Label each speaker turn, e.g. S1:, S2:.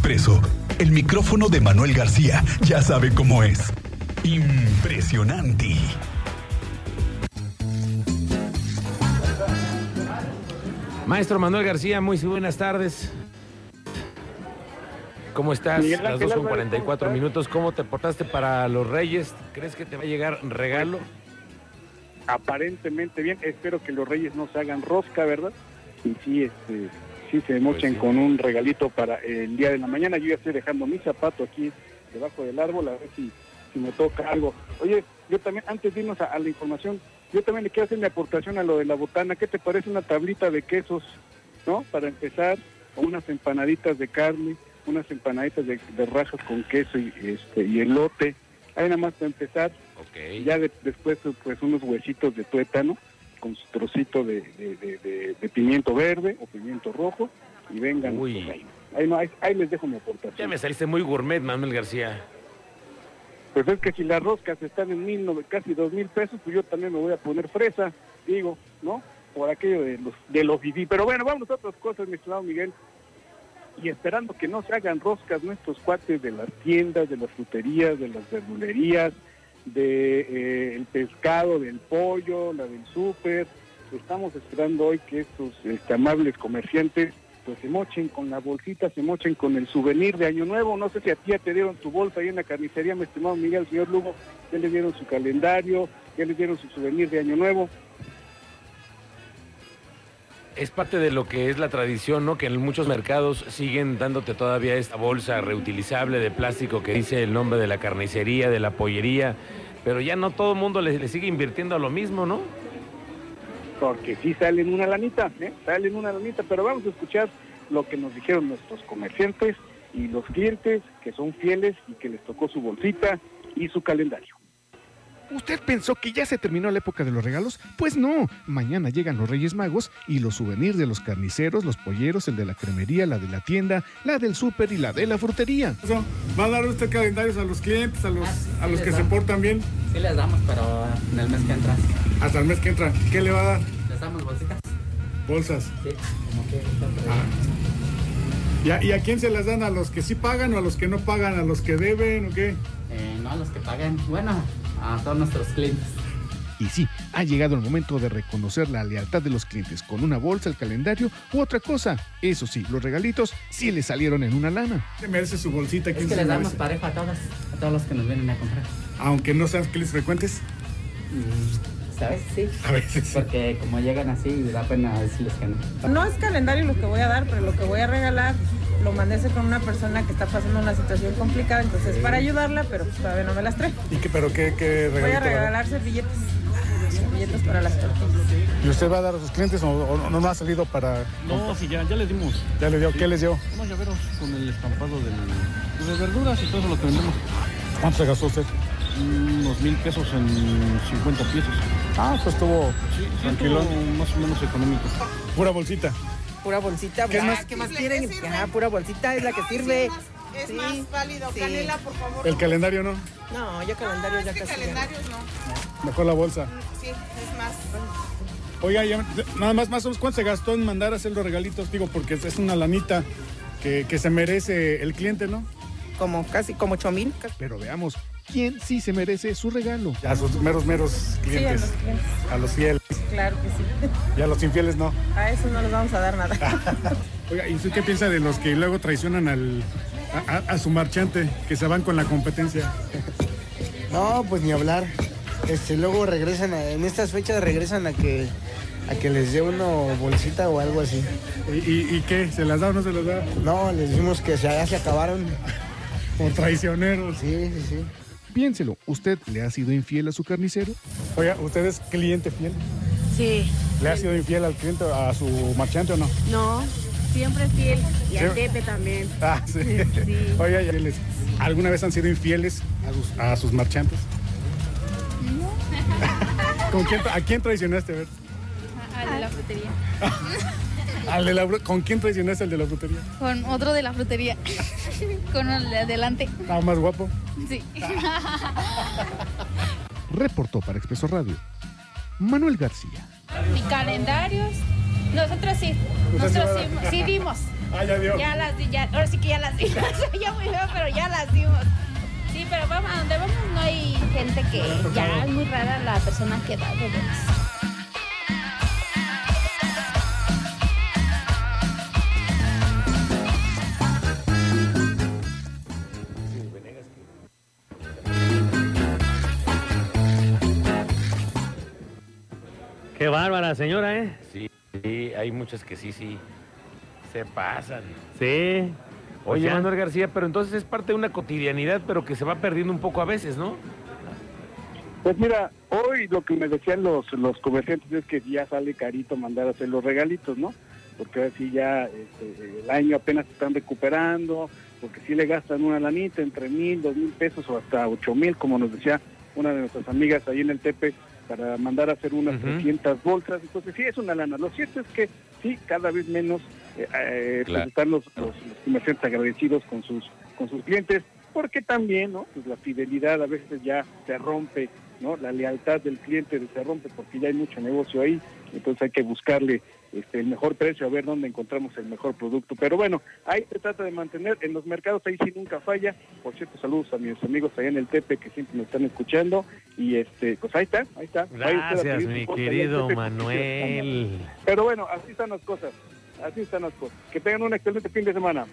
S1: Expreso, el micrófono de Manuel García ya sabe cómo es. Impresionante.
S2: Maestro Manuel García, muy buenas tardes. ¿Cómo estás?
S3: Miguel
S2: Las
S3: Ángel
S2: 2 con
S3: Álvarez,
S2: 44
S3: ¿cómo estás?
S2: minutos. ¿Cómo te portaste para los Reyes? ¿Crees que te va a llegar regalo?
S3: aparentemente bien. Espero que los Reyes no se hagan rosca, ¿verdad? Y sí, este, sí se mochen
S2: sí.
S3: con un regalito para el día de la mañana. Yo ya estoy dejando mi zapato aquí debajo del árbol, a ver si, si me toca algo. Oye, yo también, antes de irnos a, a la información, yo también le quiero hacer mi aportación a lo de la botana. ¿Qué te parece una tablita de quesos, no? Para empezar, o unas empanaditas de carne, unas empanaditas de, de rajas con queso y, este, y elote. Ahí nada más para empezar, y
S2: Ok.
S3: ya de- después pues unos huesitos de tuétano con su trocito de, de- de- de- de pimiento verde o pimiento rojo y vengan
S2: Uy.
S3: pues, ahí. Ahí, no, ahí- ahí les dejo mi
S2: Ya
S3: aportación
S2: me saliste muy gourmet, Manuel García.
S3: pues es que si las roscas están en mil nove- casi dos mil pesos pues yo también me voy a poner fresa digo no por aquello de los de los fifí. pero bueno vamos a otras cosas mi estimado Miguel y esperando que no se hagan roscas nuestros cuates de las tiendas, de las fruterías, de las verdulerías, de eh, el pescado, del pollo, la del súper. Estamos esperando hoy que estos este, amables comerciantes pues se mochen con la bolsita, se mochen con el souvenir de Año Nuevo. No sé si a ti ya te dieron tu bolsa ahí en la carnicería, mi estimado Miguel, señor Lugo, ya le dieron su calendario, ya le dieron su souvenir de Año Nuevo.
S2: Es parte de lo que es la tradición, ¿no? Que en muchos mercados siguen dándote todavía esta bolsa reutilizable de plástico que dice el nombre de la carnicería, de la pollería. Pero ya no todo el mundo le, le sigue invirtiendo a lo mismo, ¿no?
S3: porque sí salen una lanita, ¿eh? salen una lanita, pero vamos a escuchar lo que nos dijeron nuestros comerciantes y los clientes que son fieles y que les tocó su bolsita y su calendario.
S4: ¿Usted pensó que ya se terminó la época de los regalos? Pues no, mañana llegan los Reyes Magos y los souvenirs de los carniceros, los polleros, el de la cremería, la de la tienda, la del súper y la de la frutería.
S5: Eso, Va a dar usted calendarios a los clientes, a los,
S6: Ah, sí,
S5: a los
S6: les
S5: que
S6: da.
S5: se portan bien,
S6: Sí les damos, pero en el mes que entra
S5: hasta el mes que entra. ¿Qué le va a dar?
S6: les damos bolsitas.
S5: Bolsas.
S6: Sí, como que ahorita, pero-
S5: ¿Y a, y a quién se las dan? ¿A los que sí pagan o a los que no pagan? ¿A los que deben o qué?
S6: Eh, no a los que pagan. Bueno, a todos nuestros clientes.
S4: Y sí, ha llegado el momento de reconocer la lealtad de los clientes con una bolsa, el calendario u otra cosa. Eso sí, los regalitos sí le salieron en una lana.
S5: Se merece su bolsita?
S6: Es
S5: ¿Quién
S6: que
S5: se
S6: les damos
S5: merece?
S6: parejo a todos, a todos los que nos vienen a comprar.
S5: Aunque no sean clientes frecuentes,
S6: ¿Sabes? Sí.
S5: a veces. sí.
S6: Porque como llegan así, da pena decirles que no.
S7: No es calendario lo que voy a dar, pero lo que voy a regalar lo mandé a hacer con una persona que está pasando una situación complicada, entonces es para ayudarla, pero pues todavía no me las trae.
S5: ¿Y qué, pero qué, qué
S7: Voy a
S5: regalito? va a dar?
S7: regalar servilletas, servilletas para las tortillas.
S5: ¿Y usted va a dar a sus clientes o, o no, no ha salido para...?
S8: No, sí, ya, ya les dimos
S5: ¿Ya le dio? ¿Qué les dio?
S8: unos llaveros con el estampado del, pues, de verduras y todo eso lo que vendemos.
S5: ¿Cuánto se gastó usted?
S8: Unos mil pesos en 50 piezos.
S5: Ah, pues tuvo
S8: Sí, sí,
S5: Tranquilón.
S8: estuvo más o menos económico.
S5: pura bolsita.
S9: Pura bolsita,
S5: ¿Qué
S9: ah,
S5: más?
S9: ¿qué más quieren? Ah, pura bolsita es la que sirve.
S7: Es
S9: más Sí,
S7: válido.
S9: sí. Canela,
S7: por favor.
S5: El calendario no,
S9: No, yo
S10: Ah,
S9: calendario ya casi. ya no.
S7: no.
S5: mejor la bolsa.
S7: Sí, es más.
S5: Oiga, ya- nada más, más o menos, ¿cuánto se gastó en mandar a hacer los regalitos? Digo, porque es- es una lanita que, que se merece el cliente, ¿no?
S9: Como casi como 8 mil. casi.
S4: Pero veamos, ¿quién sí se merece su regalo?
S5: A sus meros, meros
S7: Sí, a
S5: clientes.
S7: los clientes.
S5: a los fieles.
S7: Claro que sí.
S5: Y a los infieles no.
S7: A eso no les vamos a dar nada.
S5: Oiga, ¿y usted qué piensa de los que luego traicionan al, a, a- a su marchante, que se van con la competencia?
S11: No, pues ni hablar. Este, luego regresan, a- en estas fechas regresan a que, a que les dé uno bolsita o algo así.
S5: ¿Y, y- y qué? ¿Se las da o no se las da?
S11: No, les dijimos que se, ya se acabaron.
S5: Por traicioneros.
S11: Sí, sí, sí.
S4: Piénselo, ¿usted le ha sido infiel a su carnicero?
S5: Oiga, ¿usted es cliente fiel?
S10: Sí,
S5: ¿Le ha sido infiel al cliente, a su marchante o no?
S10: no, siempre fiel. Y al
S5: Sí.
S10: Pepe también.
S5: Ah, sí. Oiga, y les- ¿alguna vez han sido infieles a sus, a sus marchantes? ¿Con quién, tra- ¿A quién traicionaste? A ver.
S12: Ah,
S10: Al de la frutería.
S5: Al de la fru- ¿Con quién traicionaste al de la frutería?
S10: Con otro de la frutería. Con el de adelante.
S5: ¿Estaba más guapo?
S10: Sí.
S4: Reportó para Expreso Radio. Manuel García.
S10: Y calendarios. Nosotros sí.
S5: Nosotros sí
S11: Pues
S10: Nosotros sí, sí dimos.
S5: Ah, ya dio.
S12: Ya las di, ya, ahora sí que ya las di. Soy yo muy feo, pero ya las dimos. Sí, pero vamos, a donde vamos no hay gente que
S11: pues
S12: ya es muy rara la persona que da bebés.
S2: Qué bárbara, señora, ¿eh? Sí, sí, hay muchas que sí, sí. Se pasan. Sí.
S13: Pues
S2: Oye,
S13: ya.
S2: Manuel García, pero entonces es parte de una cotidianidad, pero que se va perdiendo un poco a veces, ¿no?
S3: Pues mira, hoy lo que me decían los, los comerciantes es que ya sale carito mandar a hacer los regalitos, ¿no? Porque ahora sí ya este, el año apenas se están recuperando, porque sí le gastan una lanita entre mil, dos mil pesos o hasta ocho mil, como nos decía una de nuestras amigas ahí en el Tepe, para mandar a hacer unas 300 bolsas. Entonces sí es una lana. Lo cierto es que sí, cada vez menos eh, eh, pues,
S2: Claro.
S3: están los, los- los comerciantes agradecidos con sus, con sus clientes, porque también, ¿no? Pues la fidelidad a veces ya se rompe, ¿no? La lealtad del cliente se rompe porque ya hay mucho negocio ahí, entonces hay que buscarle este, el mejor precio, a ver dónde encontramos el mejor producto. Pero bueno, ahí se trata de mantener, en los mercados ahí sí nunca falla. Por cierto, saludos a mis amigos allá en el Tepe que siempre me están escuchando. Y este, pues ahí está, ahí está. Vaya usted a
S2: Gracias,
S3: pedir su
S2: mi
S3: postre allá en
S2: querido
S3: Tepe, porque
S2: Manuel.
S3: Pero bueno, así están las cosas, así están las cosas. Que tengan un excelente fin de semana.